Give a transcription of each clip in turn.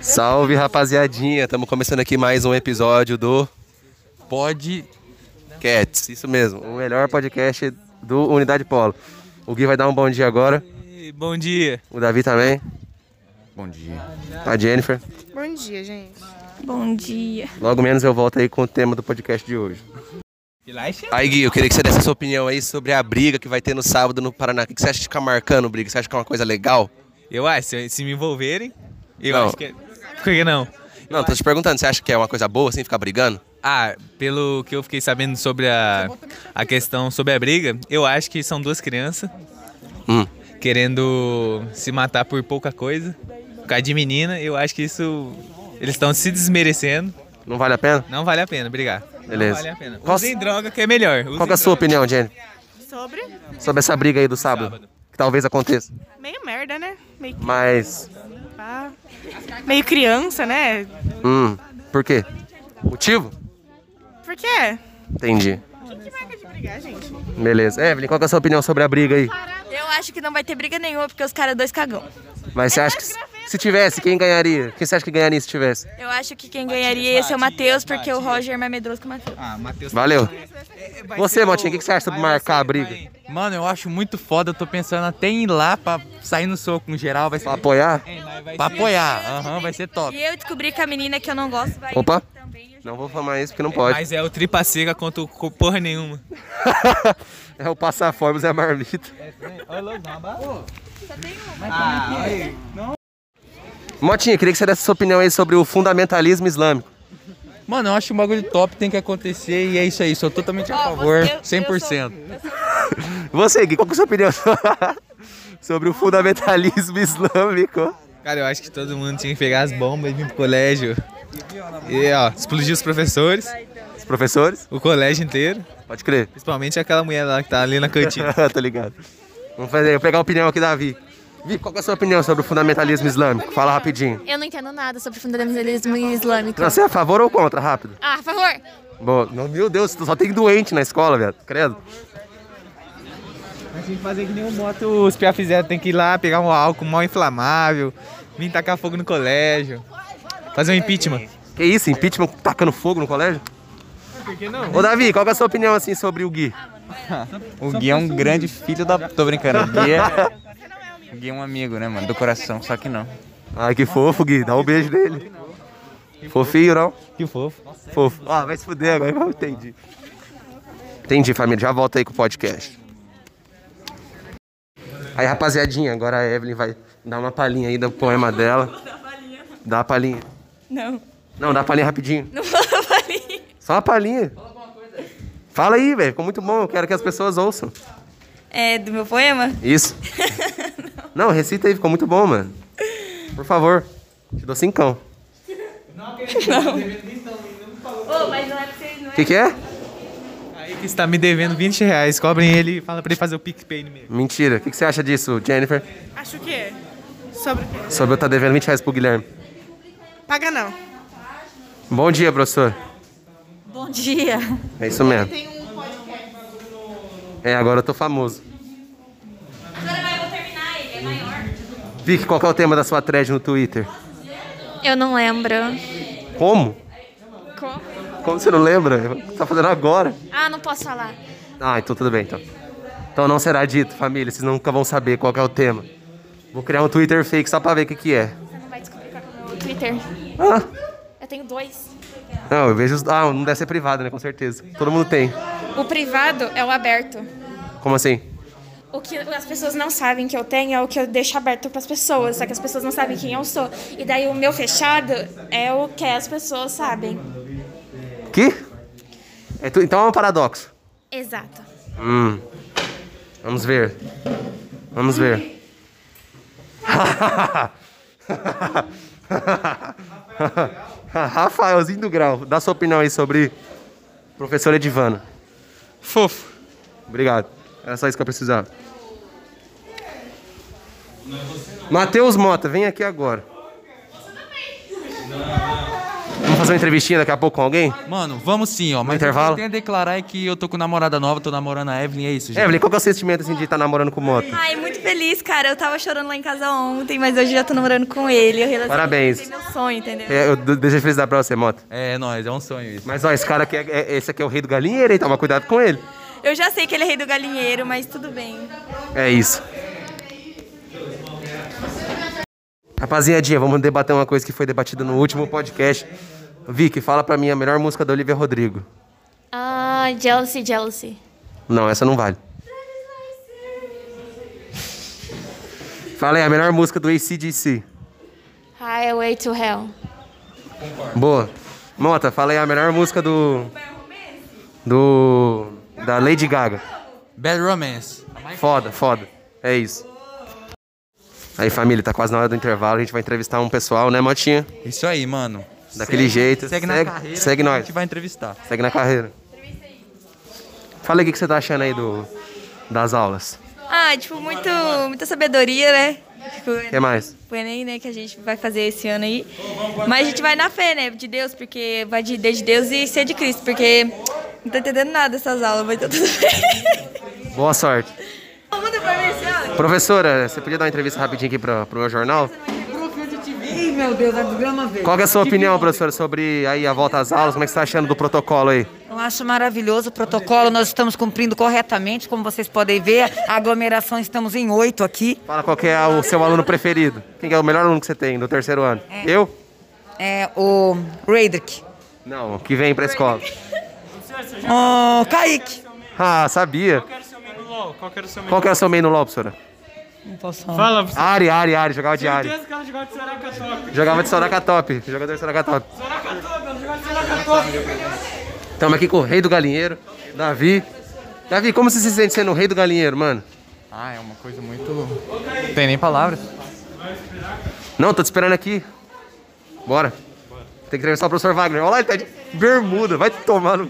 Salve rapaziadinha, estamos começando aqui mais um episódio do Pode. Cats, isso mesmo, o melhor podcast do Unidade Polo. O Gui vai dar um bom dia agora, Bom dia. o Davi também, Bom dia. a Jennifer. Bom dia, gente. Bom dia. Logo menos eu volto aí com o tema do podcast de hoje. Aí Gui, eu queria que você desse a sua opinião aí sobre a briga que vai ter no sábado no Paraná. O que que você acha de ficar marcando briga? Você acha que é uma coisa legal? Eu acho, se, se me envolverem, eu Não. acho que. é- Por que não? Não, tô te perguntando, você acha que é uma coisa boa assim, ficar brigando? Ah, pelo que eu fiquei sabendo sobre a, a questão sobre a briga, eu acho que são duas crianças Hum. querendo se matar por pouca coisa. Por causa de menina, eu acho que isso. Eles estão se desmerecendo. Não vale a pena? Não vale a pena brigar. Beleza. Não vale a pena. Qual- Usem droga que é melhor. Usem Qual que é a sua opinião, Jennifer, Sobre? sobre essa briga aí do sábado? Sábado. Que talvez aconteça. Meio merda, né? Meio, Mas pá. Meio criança, né? Hum, por quê? Motivo? Por quê? Entendi. Que marca de brigar, gente? Beleza. Evelyn, qual que é a sua opinião sobre a briga aí? Eu acho que não vai ter briga nenhuma, porque os caras é dois cagão. Mas você acha que se- se tivesse, quem ganharia? Quem você acha que ganharia se tivesse? Eu acho que quem ganharia ia ser o Matheus, porque o Roger é mais medroso que o Matheus. Ah, Matheus. Valeu. Vai Você, ser Motinha, o que que você acha sobre vai- vai marcar ser- a briga? vai- Mano, eu acho muito foda, eu tô pensando até em ir lá pra sair no soco no geral, vai ser Pra apoiar? pra apoiar. Aham, vai ser top. E eu descobri que a menina que eu não gosto vai. Opa. Também. Não vou falar isso porque não pode. Mas é o tripa seca contra o co- porra nenhuma. É o passar fome, Zé Marmita. Motinha, queria que você desse sua opinião aí sobre o fundamentalismo islâmico. Mano, eu acho um bagulho top, tem que acontecer e é isso aí, sou totalmente a favor, você- eu- eu 100%. Você, Gui, qual que é a sua opinião sobre o fundamentalismo islâmico? Cara, eu acho que todo mundo tinha que pegar as bombas e vir pro colégio. E ó, explodir os professores, Os professores? o colégio inteiro, Pode crer. principalmente aquela mulher lá que tá ali na cantina. tá ligado. Vamos fazer, eu vou pegar a opinião aqui da Vi. Vi, qual que é a sua opinião sobre o fundamentalismo islâmico? Fala rapidinho. Eu não entendo nada sobre fundamentalismo islâmico. Não, Você é a favor ou contra? Rápido. Ah, por favor. Boa. Não, meu Deus, só tem doente na escola, velho. Credo. A gente fazer que nem o moto os piá fizeram, tem que ir lá pegar um álcool mal inflamável, vir tacar fogo no colégio, fazer um impeachment. Que isso, impeachment tacando fogo no colégio? Por que não? Ô, Davi, qual que é a sua opinião, assim, sobre o Gui? O Gui é um grande filho da. Tô brincando, o Gui é. O Gui é um amigo, né, mano? Do coração, só que não. Ai, que fofo, Gui. Dá um beijo nele. Fofinho, não? Que fofo. Fofo. Ah, vai se fuder agora. Eu entendi. Entendi, família. Já volta aí com o podcast. Aí, rapaziadinha, agora a Evelyn vai dar uma palhinha aí do poema dela. Dá uma palhinha. Não. Não, dá uma palhinha rapidinho. Não falei. Só uma palhinha. Fala aí, velho. Ficou muito bom. Eu quero que as pessoas ouçam. É do meu poema? Isso. Não, recita aí. Ficou muito bom, mano. Por favor. Te dou cincão. Ô, mas não é pra vocês, não O que que é? Aí que está me devendo 20 reais, cobrem ele e fala pra ele fazer o PicPay no meio. Mentira. O que que você acha disso, Jennifer? Acho que Sobre o quê? Sobre eu estar tá devendo 20 reais pro Guilherme. Paga não. Bom dia, professor. Bom dia. É isso mesmo. um É, agora eu tô famoso. Agora vai, eu vou terminar, ele é maior. Vic, qual que é o tema da sua thread no Twitter? Eu não lembro. Como? Como você não lembra? Tá fazendo agora. Ah, não posso falar. Ah, então tudo bem, então. Então não será dito, família. Vocês nunca vão saber qual que é o tema. Vou criar um Twitter fake só pra ver o que que é. Você não vai descobrir qual que é o meu Twitter. Ah, Eu tenho dois. não, eu vejo... os- Ah, não deve ser privado, né? Com certeza. Todo mundo tem. O privado é o aberto. Como assim? O que as pessoas não sabem que eu tenho é o que eu deixo aberto pras pessoas, só que as pessoas não sabem quem eu sou. E daí o meu fechado é o que as pessoas sabem. Que? É tu- Então é um paradoxo. Exato. Hum. Vamos ver. Vamos ver. Rafaelzinho do Grau, dá sua opinião aí sobre professora Edivana. Fofo. Obrigado. Era só isso que eu precisava. Matheus Mota, vem aqui agora. Vamos fazer uma entrevistinha daqui a pouco com alguém? Mano, vamos sim, ó. Mas intervalo? o que eu tenho a declarar é que eu tô com namorada nova, tô namorando a Evelyn, é isso, gente. Evelyn, qual que é o seu sentimento assim, de estar namorando com o Mota? Ai, muito feliz, cara. Eu tava chorando lá em casa ontem, mas hoje já tô namorando com ele. Eu relacionei- Parabéns. Tem meu sonho, entendeu? É, eu de- desejo felicidade pra você, Mota. É, nós, é um sonho isso. Mas ó, esse cara aqui, é, é- esse aqui é o rei do galinheiro, hein? Toma cuidado com ele. Eu já sei que ele é rei do galinheiro, mas tudo bem. É isso. Rapaziadinha, vamos debater uma coisa que foi debatida no último podcast. Vicky, fala pra mim a melhor música da Olivia Rodrigo. Ah, Jealousy, Jealousy. Não, essa não vale. Fala aí, a melhor música do ACDC. Highway to Hell. Boa. Mota, fala aí a melhor música do. Do. Da Lady Gaga. Bad Romance. Foda, foda. É isso. Aí, família, tá quase na hora do intervalo. A gente vai entrevistar um pessoal, né, Motinha? Isso aí, mano. Daquele jeito. Segue, na Segue- carreira. né, tipo, segue que nós. A gente vai entrevistar. Segue na carreira. Fala aí o que que você tá achando aí do, das aulas. Ah, tipo, muito, muita sabedoria, né? Tipo, O que mais? o Enem, né, que a gente vai fazer esse ano aí. Mas a gente vai na fé, né, de Deus, porque vai de, desde Deus e ser de Cristo, porque não tô entendendo nada dessas aulas, mas tá tudo bem. Boa sorte. Manda pra mim esse ano. Professora, você podia dar uma entrevista rapidinho aqui pra, pro meu jornal? Qual que é a sua opinião, professora, sobre aí a volta às aulas? Como é que você tá achando do protocolo aí? Eu acho maravilhoso o protocolo, nós estamos cumprindo corretamente, como vocês podem ver, a aglomeração estamos em oito aqui. Fala qual que é o seu aluno preferido. Quem que é o melhor aluno que você tem do terceiro ano? Eu? É o Reidrick, Não, que vem pra escola. o Ah, Kaique. Ah, sabia. Qual que era o seu Qual que era o seu meio no LOL, professora? Não posso falar. Fala, você Ari, Ari, Ari, jogava de Ari. que ela jogava de Soraka Top. Jogava de Soraka Top, jogador de Soraka Top. Soraka Top, ela jogava de Soraka Top. Estamos aqui com o Rei do Galinheiro, Davi. Davi, como você se sente sendo o Rei do Galinheiro, mano? Ah, é uma coisa muito. Não tem nem palavras. Não, tô te esperando aqui. Bora. Tem que entrevistar o professor Wagner. Olha lá, ele tá de bermuda, vai tomar no...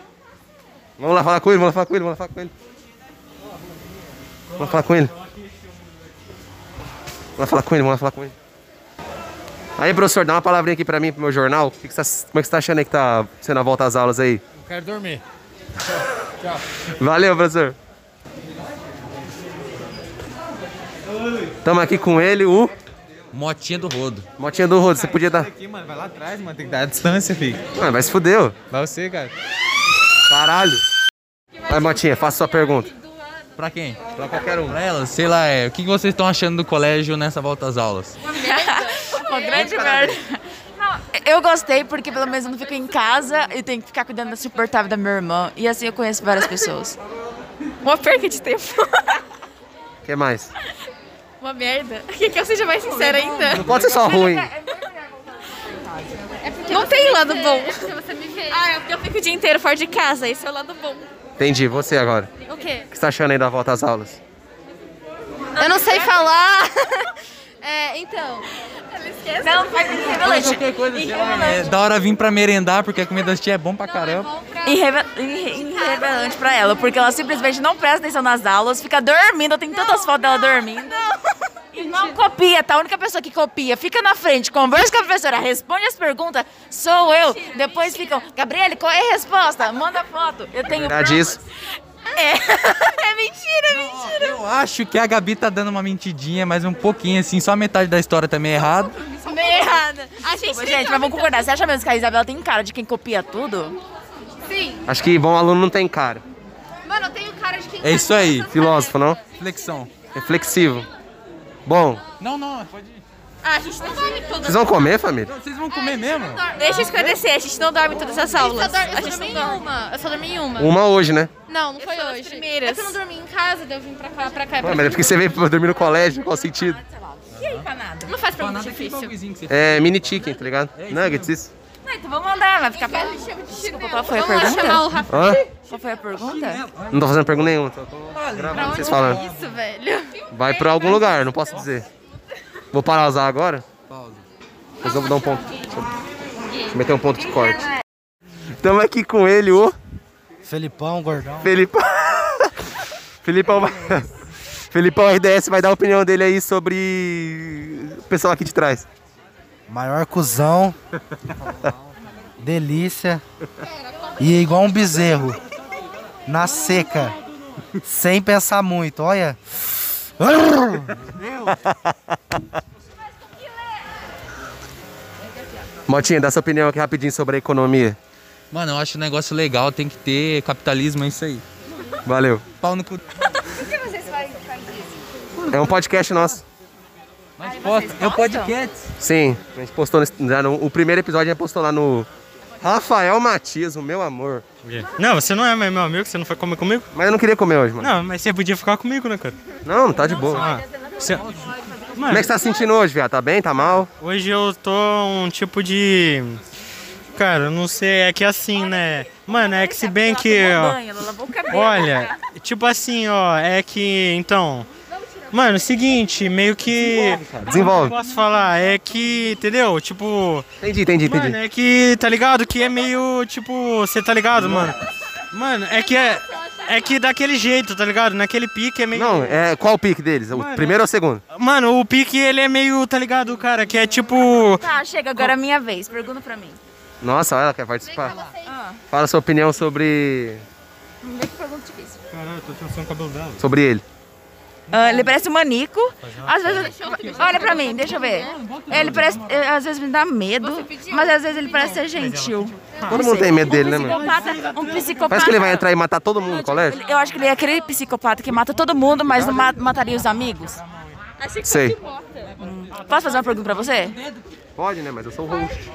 Vamos lá falar com ele, vamos lá falar com ele, vamos lá falar com ele. Vamos lá falar com ele. Vamos lá falar com ele, vamos lá falar com ele. Aí, professor, dá uma palavrinha aqui pra mim, pro meu jornal. O que que você tá- como é que você tá achando aí que tá sendo a volta às aulas aí? Quero dormir. Valeu, professor. Tamo aqui com ele, o Motinha do rodo. Motinha do Rodo. Você podia dar. Aqui, mano, vai lá atrás, mano, tem que dar a distância, filho. Mano, vai se fudeu. Vai você, cara. Caralho. Vai, Motinha, faça sua pergunta. Pra quem? Pra qualquer um. Pra ela, sei lá, é. O que que vocês estão achando do colégio nessa volta às aulas? Uma grande merda. Não, eu gostei porque pelo menos eu não fico em casa e tenho que ficar cuidando da suportável da minha irmã. E assim eu conheço várias pessoas. Uma perca de tempo. O que mais? Uma merda. Quer que eu seja mais sincera ainda? Não pode ser só ruim. Não tem lado bom. Ah, é porque eu fico o dia inteiro fora de casa. Esse é o lado bom. Entendi, você agora. O quê? O que você tá achando aí da volta às aulas? Eu não sei falar. É, então. Não, faz em revelante. Em É da hora vir pra merendar, porque a comida da tia é bom pra caramba. Em reve- em- em revelante pra ela, porque ela simplesmente não presta atenção nas aulas, fica dormindo. Eu tenho tantas fotos dela dormindo. E não copia, tá? A única pessoa que copia fica na frente, conversa com a professora, responde as perguntas, sou eu. Depois ficam, Gabriele, qual é a resposta? Manda foto. Eu tenho. Verdade isso? É. é mentira, é mentira. Eu acho que a Gabi tá dando uma mentidinha, mas um pouquinho assim, só a metade da história também é errada. Meio errada. A gente, Gente, mas vamos concordar. Você acha mesmo que a Isabela tem cara de quem copia tudo? Sim. Acho que bom aluno não tem cara. Mano, eu tenho cara de quem É isso aí. Filósofo, não? Flexão. Reflexivo. Bom, Não, não, pode ir. Ah, a gente não dorme todas. vocês vão comer, família? Vocês vão comer mesmo? Deixa eu esclarecer, a gente não dorme todas as aulas. A gente não dorme. uma. Eu só dormi em uma. Uma hoje, né? Não, não foi sou das hoje. primeiras. É que eu não dormi em casa, daí eu vim pra cá, pra cá. Ué, mas é porque você veio pra dormir no colégio, qual sentido? Não faz pergunta Nada que difícil. bagulhozinho que você É mini chicken, tá ligado? Nuggets, isso. Ah, então vamos andar, vai ficar perto. Desculpa, qual foi a Vamos pergunta? lá chamar o Rafa. Hã? Qual foi a pergunta? Não tô fazendo pergunta nenhuma, tô gravando é vocês falando. Isso, velho. Vai pra algum lugar, não posso dizer. Vou pausar agora? Pausa. Mas eu vou dar um ponto. Deixa eu- deixa eu meter um ponto de corte. Estamos aqui com ele, o Felipão, gordão. Felipão. Felipão, vai... Felipão RDS vai dar a opinião dele aí sobre o pessoal aqui de trás. Maior cuzão. delícia. E é igual um bezerro. Na seca. Sem pensar muito, olha. Motinha, dá sua opinião aqui rapidinho sobre a economia. Mano, eu acho um negócio legal, tem que ter capitalismo, é isso aí. Valeu. Pau no cu. Por que vocês fazem isso? É um podcast nosso. Mas É o podcast. Sim, a gente postou nesse- já no, o primeiro episódio a gente postou lá no Rafael Matias, o meu amor. Não, você não é mais meu amigo, você não foi comer comigo? Mas eu não queria comer hoje, mano. Não, mas você podia ficar comigo, né, cara? Não, tá de boa. Ah, Você- Como é que você tá se sentindo hoje, viado? Tá bem? Tá mal? Hoje eu tô um tipo de. Cara, eu não sei, é que assim, né? Mano, é que se bem que. ó, Olha, tipo assim, ó, é que. Então. Mano, seguinte, meio que. Desenvolve, cara, desenvolve. Posso falar? É que, entendeu? Tipo. Entendi, entendi, entendi. Mano, é que, tá ligado? Que é meio, tipo, você tá ligado, mano? Mano, é que é. É que daquele jeito, tá ligado? Naquele pique é meio. Não, é, qual o pique deles? O primeiro ou o segundo? Mano, o pique ele é meio, tá ligado, cara? Que é tipo. Tá, chega, agora é a minha vez. Pergunta pra mim. Nossa, ela quer participar. Ah. Fala sua opinião sobre Vê que pergunta difícil. Caralho, tô pensando o cabelo dela. sobre ele. Ah, ele parece um manico. Às vezes. Olha pra mim, deixa eu ver. Ele parece. eh, Às vezes me dá medo, mas às vezes ele parece ser gentil. Todo mundo tem medo dele, né, Um mano? psicopata. Um psicopata. Parece que ele vai entrar e matar todo mundo no colégio. Eu acho que ele é aquele psicopata que mata todo mundo, mas não ma- mataria os amigos. Sei. Posso fazer uma pergunta pra você? Pode, né? Mas eu sou o host.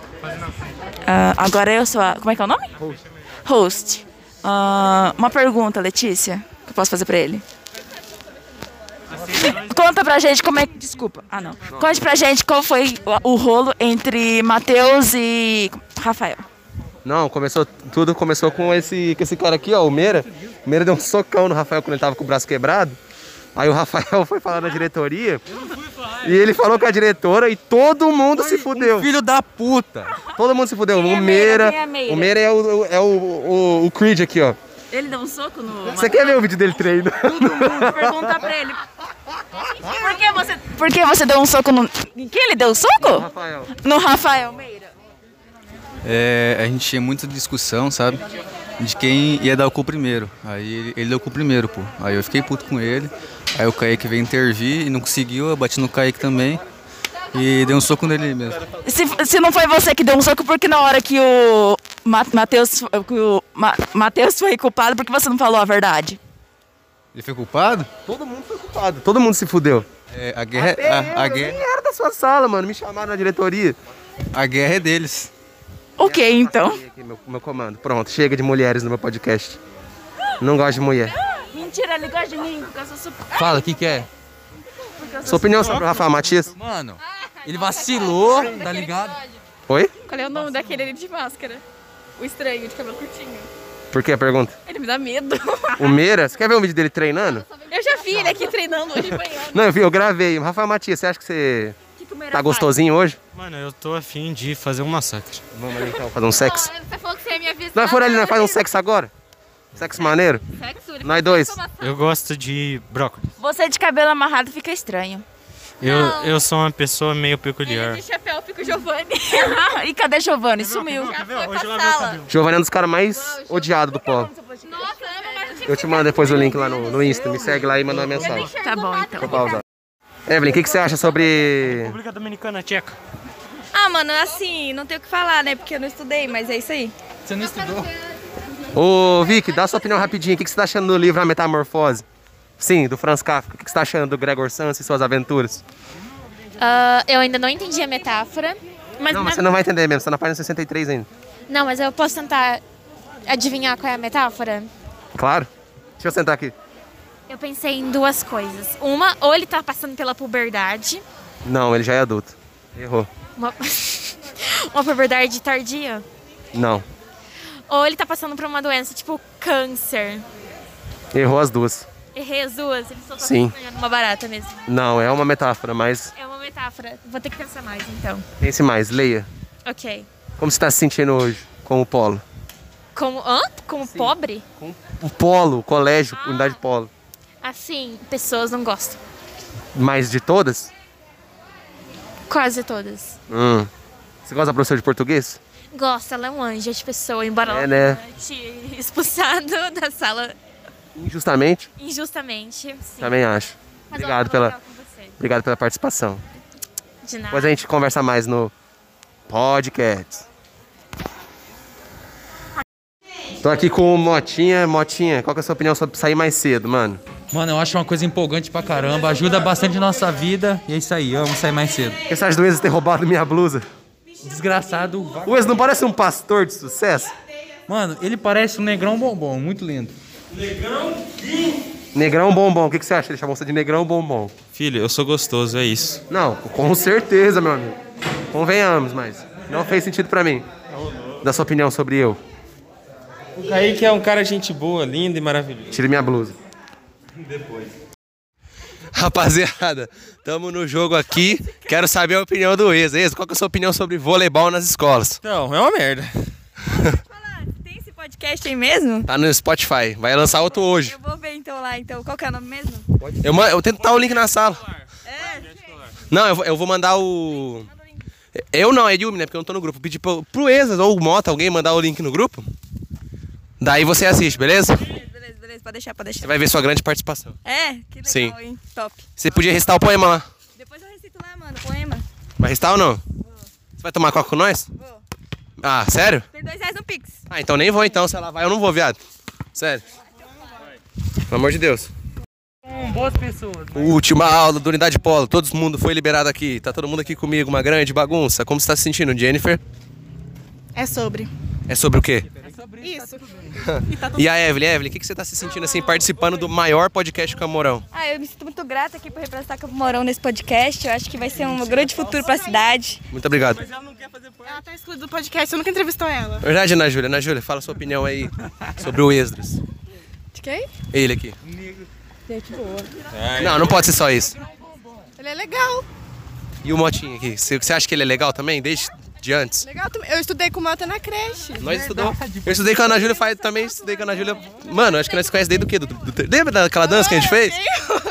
Ah, agora eu sou a. Como é que é o nome? Host. Ah, uma pergunta, Letícia, que eu posso fazer pra ele. Conta pra gente como é que. Desculpa. Ah, Assim, não. Conte pra gente qual foi o, o rolo entre Matheus e Rafael. Não, começou, tudo começou com esse, com esse cara aqui, ó, o Meira. O Meira deu um socão no Rafael quando ele tava com o braço quebrado. Aí o Rafael foi falar na diretoria. E ele falou com a diretora e todo mundo se fudeu. um filho da puta! Todo mundo se fudeu. o Meira. Quem é Meira? O Meira é o, é o, o, o Creed aqui, ó. Ele deu um soco no. Você quer ver o vídeo dele treino? Pergunta pra ele. Por que você. Por que você deu um soco no. Em quem ele deu um soco? No Rafael. No Rafael Meira. É, a gente tinha muita discussão, sabe? De quem ia dar o cu primeiro. Aí ele, ele deu o cu primeiro, pô. Aí eu fiquei puto com ele. Aí o Kaique veio intervir e não conseguiu. Eu bati no Kaique também. E dei um soco nele mesmo. Se, se não foi você que deu um soco, porque na hora que o Ma- Matheus que o Ma- Matheus foi culpado, porque você não falou a verdade? Ele foi culpado? Todo mundo foi culpado. Todo mundo se fudeu. É, a guerra, a, a Eu nem guerra, era da sua sala, mano. Me chamaram na diretoria. a guerra é deles. Ok, então. Aqui, meu, meu comando. Pronto, chega de mulheres no meu podcast. Não gosto de mulher. Mentira, ele gosta de mim, porque eu sou super. Fala, o que, que é? Sua opinião sobre o Rafael Matias? Mano, ele vacilou, tá ligado? Oi? Qual é o nome daquele ali de máscara? O estranho, de cabelo curtinho. Por que a pergunta? Ele me dá medo. O Meira, você quer ver um vídeo dele treinando? Eu já vi ele aqui treinando hoje de manhã. Não, eu vi, eu gravei. Rafael Matias, você acha que você Meira tá faz? gostosinho hoje? Mano, eu tô afim de fazer um massacre. Vamos ali então, fazer um sexo. Você falou que você ia me avisar. Nós for ali, nós faz um sexo agora? Sexo maneiro? Sexo, ele Nós dois. Eu gosto de brócolis. Você de cabelo amarrado fica estranho. Eu, eu sou uma pessoa meio É. peculiar. chapéu fica o Giovanni. e cadê Giovanni? Sumiu. Giovanni é um dos caras mais odiados do povo. Eu te mando depois o link lá no, no Insta. Me segue lá e manda uma mensagem. Tá bom, então. Vou pausar. Evelyn, o que, que você acha sobre. República Dominicana Tcheca. Ah, mano, assim, não tem o que falar, né? Porque eu não estudei, mas é isso aí. Você não estudou? Ô, Vic, dá sua opinião rapidinho. O que, que você tá achando do livro A Metamorfose? Sim, do Franz Kafka. O que, que você tá achando do Gregor Sansa e suas aventuras? Ah, eu ainda não entendi a metáfora. Mas não, na- mas você não vai entender mesmo. Você tá na página 63 ainda. Não, mas eu posso tentar adivinhar qual é a metáfora? Claro. Deixa eu sentar aqui. Eu pensei em duas coisas. Uma, ou ele tá passando pela puberdade, Não, ele já é adulto. Errou. uma, uma puberdade tardia, Não. ou ele tá passando por uma doença tipo câncer. Errou as duas. Errei as duas, ele só tá Sim. sonhando uma barata mesmo. Não, é uma metáfora, mas É uma metáfora. Vou ter que pensar mais então. pense mais, leia. Ok. Como você tá se sentindo hoje com o polo? Como, hã? Como pobre? O polo, o colégio, unidade polo. Assim, pessoas não gostam. Mais de todas? Quase todas. Hum. Você Você gosta da professora de português? Gosta, ela é um anjo de pessoa, embora É, ela né? tenha te expulsado da sala Injustamente? injustamente. Sim. Também acho. Mas Obrigado ela pela, obrigado pela participação. De nada. Depois a gente conversa mais no podcast. Tô aqui com o Motinha. Motinha, qual que é a sua opinião sobre sair mais cedo, mano? Mano, eu acho uma coisa empolgante pra caramba, ajuda bastante nossa vida. E é isso aí, eu amo sair mais cedo. O que você acha do Enzo ter roubado minha blusa? Desgraçado. O Enzo não parece um pastor de sucesso? Mano, ele parece um negrão bombom, muito lindo. Negrão bombom, o que, que você acha? Ele chamou você de negrão bombom. Filho, eu sou gostoso, é isso. Não, com certeza, meu amigo. Convenhamos, mas não fez sentido pra mim. Da sua opinião sobre eu. O Kaique é um cara gente boa, lindo e maravilhoso. Tire minha blusa. Depois. Rapaziada, tamo no jogo aqui. Quero saber a opinião do Enzo. Enzo, qual que é a sua opinião sobre voleibol nas escolas? Então, é uma merda. Esse podcast aí mesmo? Tá no Spotify. Vai lançar outro hoje. Vou ver então lá, então. Qual que é o nome mesmo? É, Eu, ma- eu tento dar o link na sala. Não, eu vou, eu vou mandar o. Eu não, é Yumi, né? Porque eu não tô no grupo. Pedi pro, pro Exas ou o Mota, alguém mandar o link no grupo. Daí você assiste, beleza? Beleza, beleza, pode deixar, pode Você deixar. vai ver sua grande participação. É? Que legal, Sim. hein? Top. Você podia recitar o poema lá. Depois eu recito lá, mano, poema. Vai recitar ou não? Você vai tomar coca com nós? Vou. Ah, sério? Por dois reais no Pix. Ah, então nem vou então. Se ela vai, eu não vou, viado. Sério. Pelo amor de Deus. São boas pessoas. né? Última aula da Unidade Polo, todo mundo foi liberado aqui, tá todo mundo aqui comigo, uma grande bagunça. Como você tá se sentindo, Jennifer? É sobre. É sobre o quê? Isso. E a Evelyn, Evelyn, o que, que você tá se sentindo assim, participando do maior podcast do Camorão? Ah, eu me sinto muito grata aqui por representar Campo Mourão nesse podcast. Eu acho que vai ser um grande futuro pra cidade. Muito obrigado. Ela tá excluída do podcast, você nunca entrevistou ela. Verdade, Ana Júlia, Ana Júlia, fala sua opinião aí sobre o Esdras. De quem? Ele aqui. Gente boa. Não, não pode ser só isso. Ele é legal. E o Motinho aqui, você você acha que ele é legal também, desde de antes? Legal também. Eu estudei com o Mota na creche. Nós estudamos. Eu estudei com a Ana Júlia, faz- também estudei com a Ana Júlia. Mano, acho que nós se conhece desde o quê? Do- do- do- lembra daquela dança que a gente fez?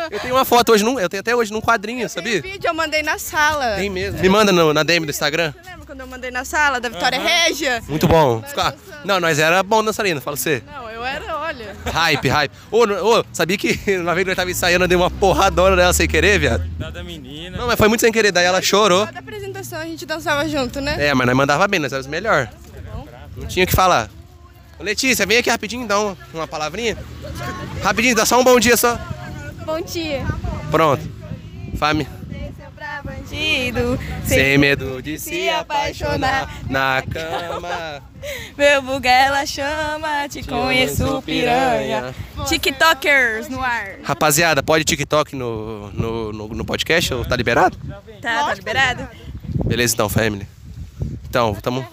Eu tenho uma foto hoje, num, eu tenho até hoje num quadrinho, sabia? vídeo eu mandei na sala. Tem mesmo. Me manda no- na DM do Instagram. Lembra quando eu mandei na sala da Vitória Aham. Régia? Muito bom. Ah, Não, nós era bom dançarino, fala você. Não, eu era, olha. Hype, hype. Ô, no- ô, sabia que na vez que nós tava ensaiando, eu dei uma porradona nela sem querer, viado? Da menina. Não, mas foi muito sem querer, daí ela chorou. Na apresentação a gente dançava junto, né? É, mas nós mandava bem, nós éramos melhor. Não tinha o que falar. Ô, Letícia, vem aqui rapidinho, dá uma, uma palavrinha. Rapidinho, dá só um bom dia só. É. Bom dia. Pronto. Fame. Bandido, Sem medo de se apaixonar. na cama. Meu buga ela chama, te conheço piranha. TikTokers no ar. Rapaziada, pode TikTok no, no, no, no podcast? Ou tá liberado? Tá, tá liberado? Beleza então, family. Então, tamo.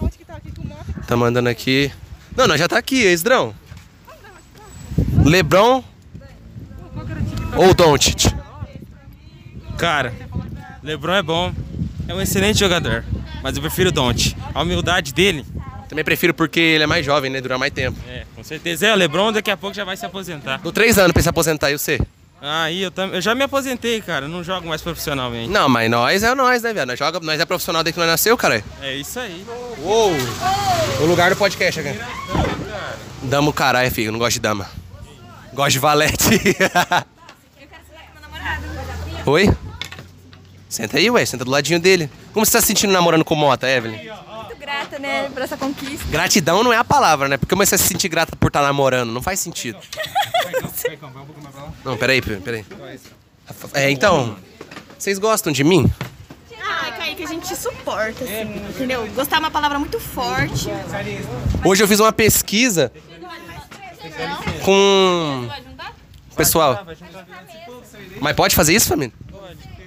Tá mandando aqui. Não, nós já tá aqui, Esdrão. Lebron ou Doncic? Cara, LeBron é bom, é um excelente jogador, mas eu prefiro o Don't. A humildade dele. Também prefiro porque ele é mais jovem, né? Dura mais tempo. É, com certeza. É, o LeBron daqui a pouco já vai se aposentar. Tô três anos pra se aposentar, e você? Aí eu, tam- eu já me aposentei, cara, não jogo mais profissionalmente. Não, mas nós é nós, né, velho? Nós, joga, nós é profissional desde que nós nasceu, cara. É isso aí. Uou! O lugar do podcast aqui. Dama o caralho, filho. Eu não gosto de dama. Gosto de valete. Oi? Senta aí, ué. Senta do ladinho dele. Como você tá se sentindo namorando com o Mota, Evelyn? Muito grata, né, por essa conquista. Gratidão não é a palavra, né? Porque como você se sentir grata por estar namorando? Não faz sentido. Não, peraí, peraí. peraí. É, então... Vocês gostam de mim? Ah, Kaique, a gente suporta, assim, entendeu? Gostar é uma palavra muito forte. Hoje eu fiz uma pesquisa com o pessoal. Mas pode fazer isso, família?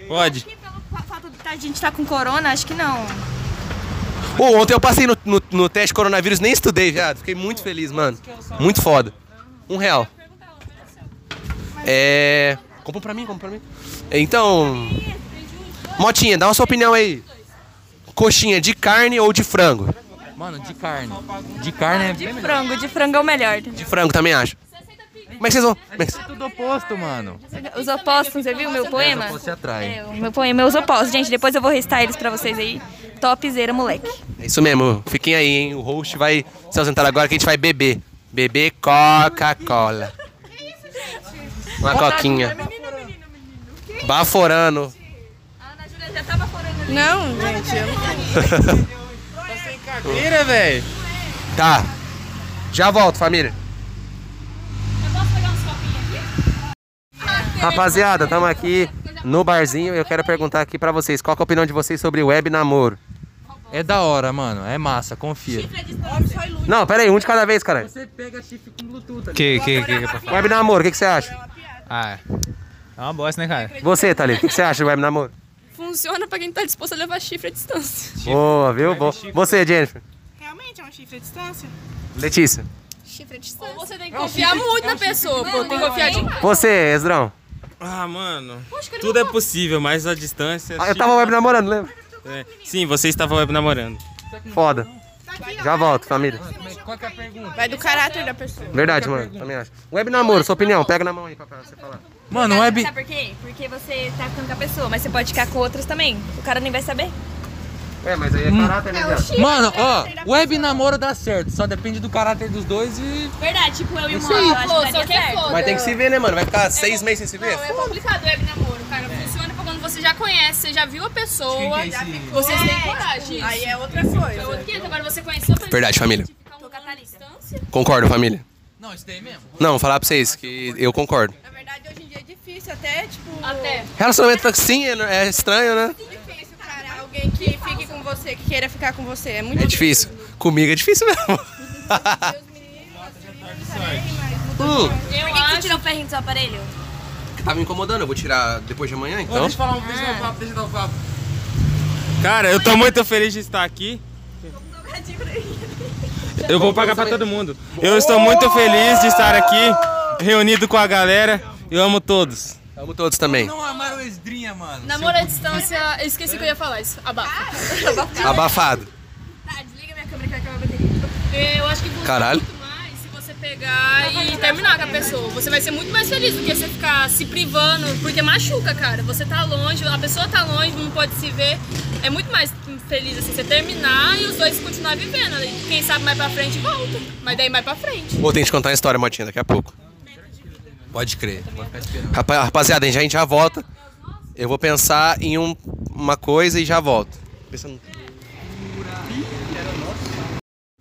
Pode. A gente tá com corona, acho que não. Pô, ontem eu passei no, no, no teste coronavírus, nem estudei, viado. Fiquei muito feliz, mano. Muito foda. Um real. É. Compra pra mim, compra pra mim. Então. Motinha, dá uma sua opinião aí. Coxinha de carne ou de frango? Mano, de carne. De carne é Ah, De frango, de frango é o melhor. De frango também acho. Como é que vocês vão. como é que- Tudo oposto, mano. Os opostos, você viu meu poema? Os opostos se atraem. É, o meu poema é os opostos. Gente, depois eu vou restar eles pra vocês aí. Topzera, moleque. É isso mesmo, fiquem aí, hein? O host vai se ausentar agora que a gente vai beber. Beber Coca-Cola. Uma coquinha. Baforando. Não, gente. Vira, velho. Tá. Já volto, família. Rapaziada, estamos aqui no barzinho e eu quero perguntar aqui pra vocês, qual que é a opinião de vocês sobre web namoro? É da hora, mano. É massa, confia. Não, pera aí, um de cada vez, cara. Que, que, que. Web namoro, o que, que você acha? Ah, é uma bosta, né, cara? Você, Thalita, o que, que você acha do web namoro? Funciona pra quem tá disposto a levar chifre à distância. Boa, viu? Boa. Você, Jennifer. Realmente é um chifre à distância? Letícia. Chifre à Então distância. Ou você tem que confiar muito na pessoa, pô. Tem que confiar demais. Você, Esdrão. Ah, mano. Tudo é possível, mas a distância. Ah, eu tava web namorando, lembra? É, Sim, você estava web namorando. Foda. Já volto, família. Qual que é a pergunta? é Vai do caráter da pessoa. Verdade, mano. Também acho. Web namoro, sua opinião. Pega na mão aí pra pra você falar. Mano, web. Sabe por quê? Porque você tá ficando com a pessoa, mas você pode ficar com outras também. O cara nem vai saber. É, mas aí é Hum. caráter, né, Zé? Mano, ó, web namoro dá certo, só depende do caráter dos dois e. Verdade, tipo eu e o Isso Mano, aí. eu acho Pô, que só daria que é certo. foda. Mas tem que se ver, né, mano? Vai ficar seis meses sem se ver? É Não, é complicado web namoro, cara. Funciona pra quando você já conhece, você já viu a pessoa, Quem que é já esse- ficou. Vocês têm É, coragem. tipo, aí é outra coisa. então Agora você conheceu um a pessoa. Verdade, família. Tô com a Thalita. Concordo, família. Não, isso daí mesmo. Não, vou falar pra vocês que eu concordo. É difícil até, tipo... Até. Relacionamento assim é, é estranho, né? Difícil, cara. Alguém que fique com você, que queira ficar com você. É muito É difícil. Comigo é difícil mesmo. hum, Por que, que você tirou o ferrinho do seu aparelho? tá me incomodando, eu vou tirar depois de amanhã, então. deixa eu falar um deixa eu dar um papo, deixa eu dar um papo. Cara, eu tô muito feliz de estar aqui. Eu vou pagar pra todo mundo. Eu estou muito feliz de estar aqui, reunido com a galera. Eu amo todos. Amo todos também. Não amaram o Esdrinha, mano. Namoro à distância, eu esqueci que eu ia falar isso. Abafa. Abafado. Tá, desliga minha câmera que vai acabar a bateria. Eu acho que funciona Caralho. muito mais se você pegar e terminar com a pessoa. Você vai ser muito mais feliz do que você ficar se privando, porque machuca, cara. Você tá longe, a pessoa tá longe, não pode se ver. É muito mais feliz assim, você terminar e os dois continuar vivendo. E quem sabe mais pra frente volta. Mas daí mais pra frente. Vou tentar te contar a história, Motinha, daqui a pouco. Pode crer. Rapa- Rapaziada, a gente já volta. Eu vou pensar em um- uma coisa e já volto. Pensando-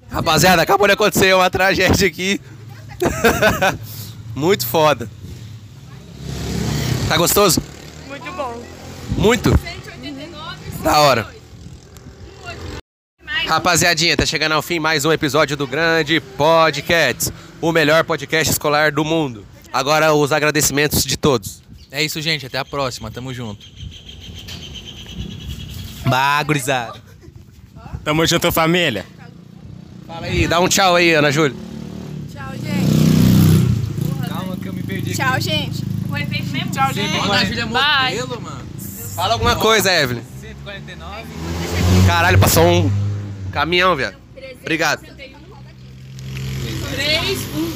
Rapaziada, acabou de acontecer uma tragédia aqui. Muito foda. Tá gostoso? Muito bom. Muito? Da hora. Rapaziadinha, tá chegando ao fim mais um episódio do Grande Podcast, o melhor podcast escolar do mundo. Agora os agradecimentos de todos. É isso, gente. Até a próxima. Tamo junto. Bagulizado. Tamo junto, família. Fala aí, dá um tchau aí, Ana Júlia. Calma que eu me perdi. Tchau, gente. Foi feito mesmo. Tchau, gente. Ana Júlia é modelo, mano. Fala alguma coisa, Evelyn. Caralho, passou um caminhão, velho. Obrigado. 3, 1.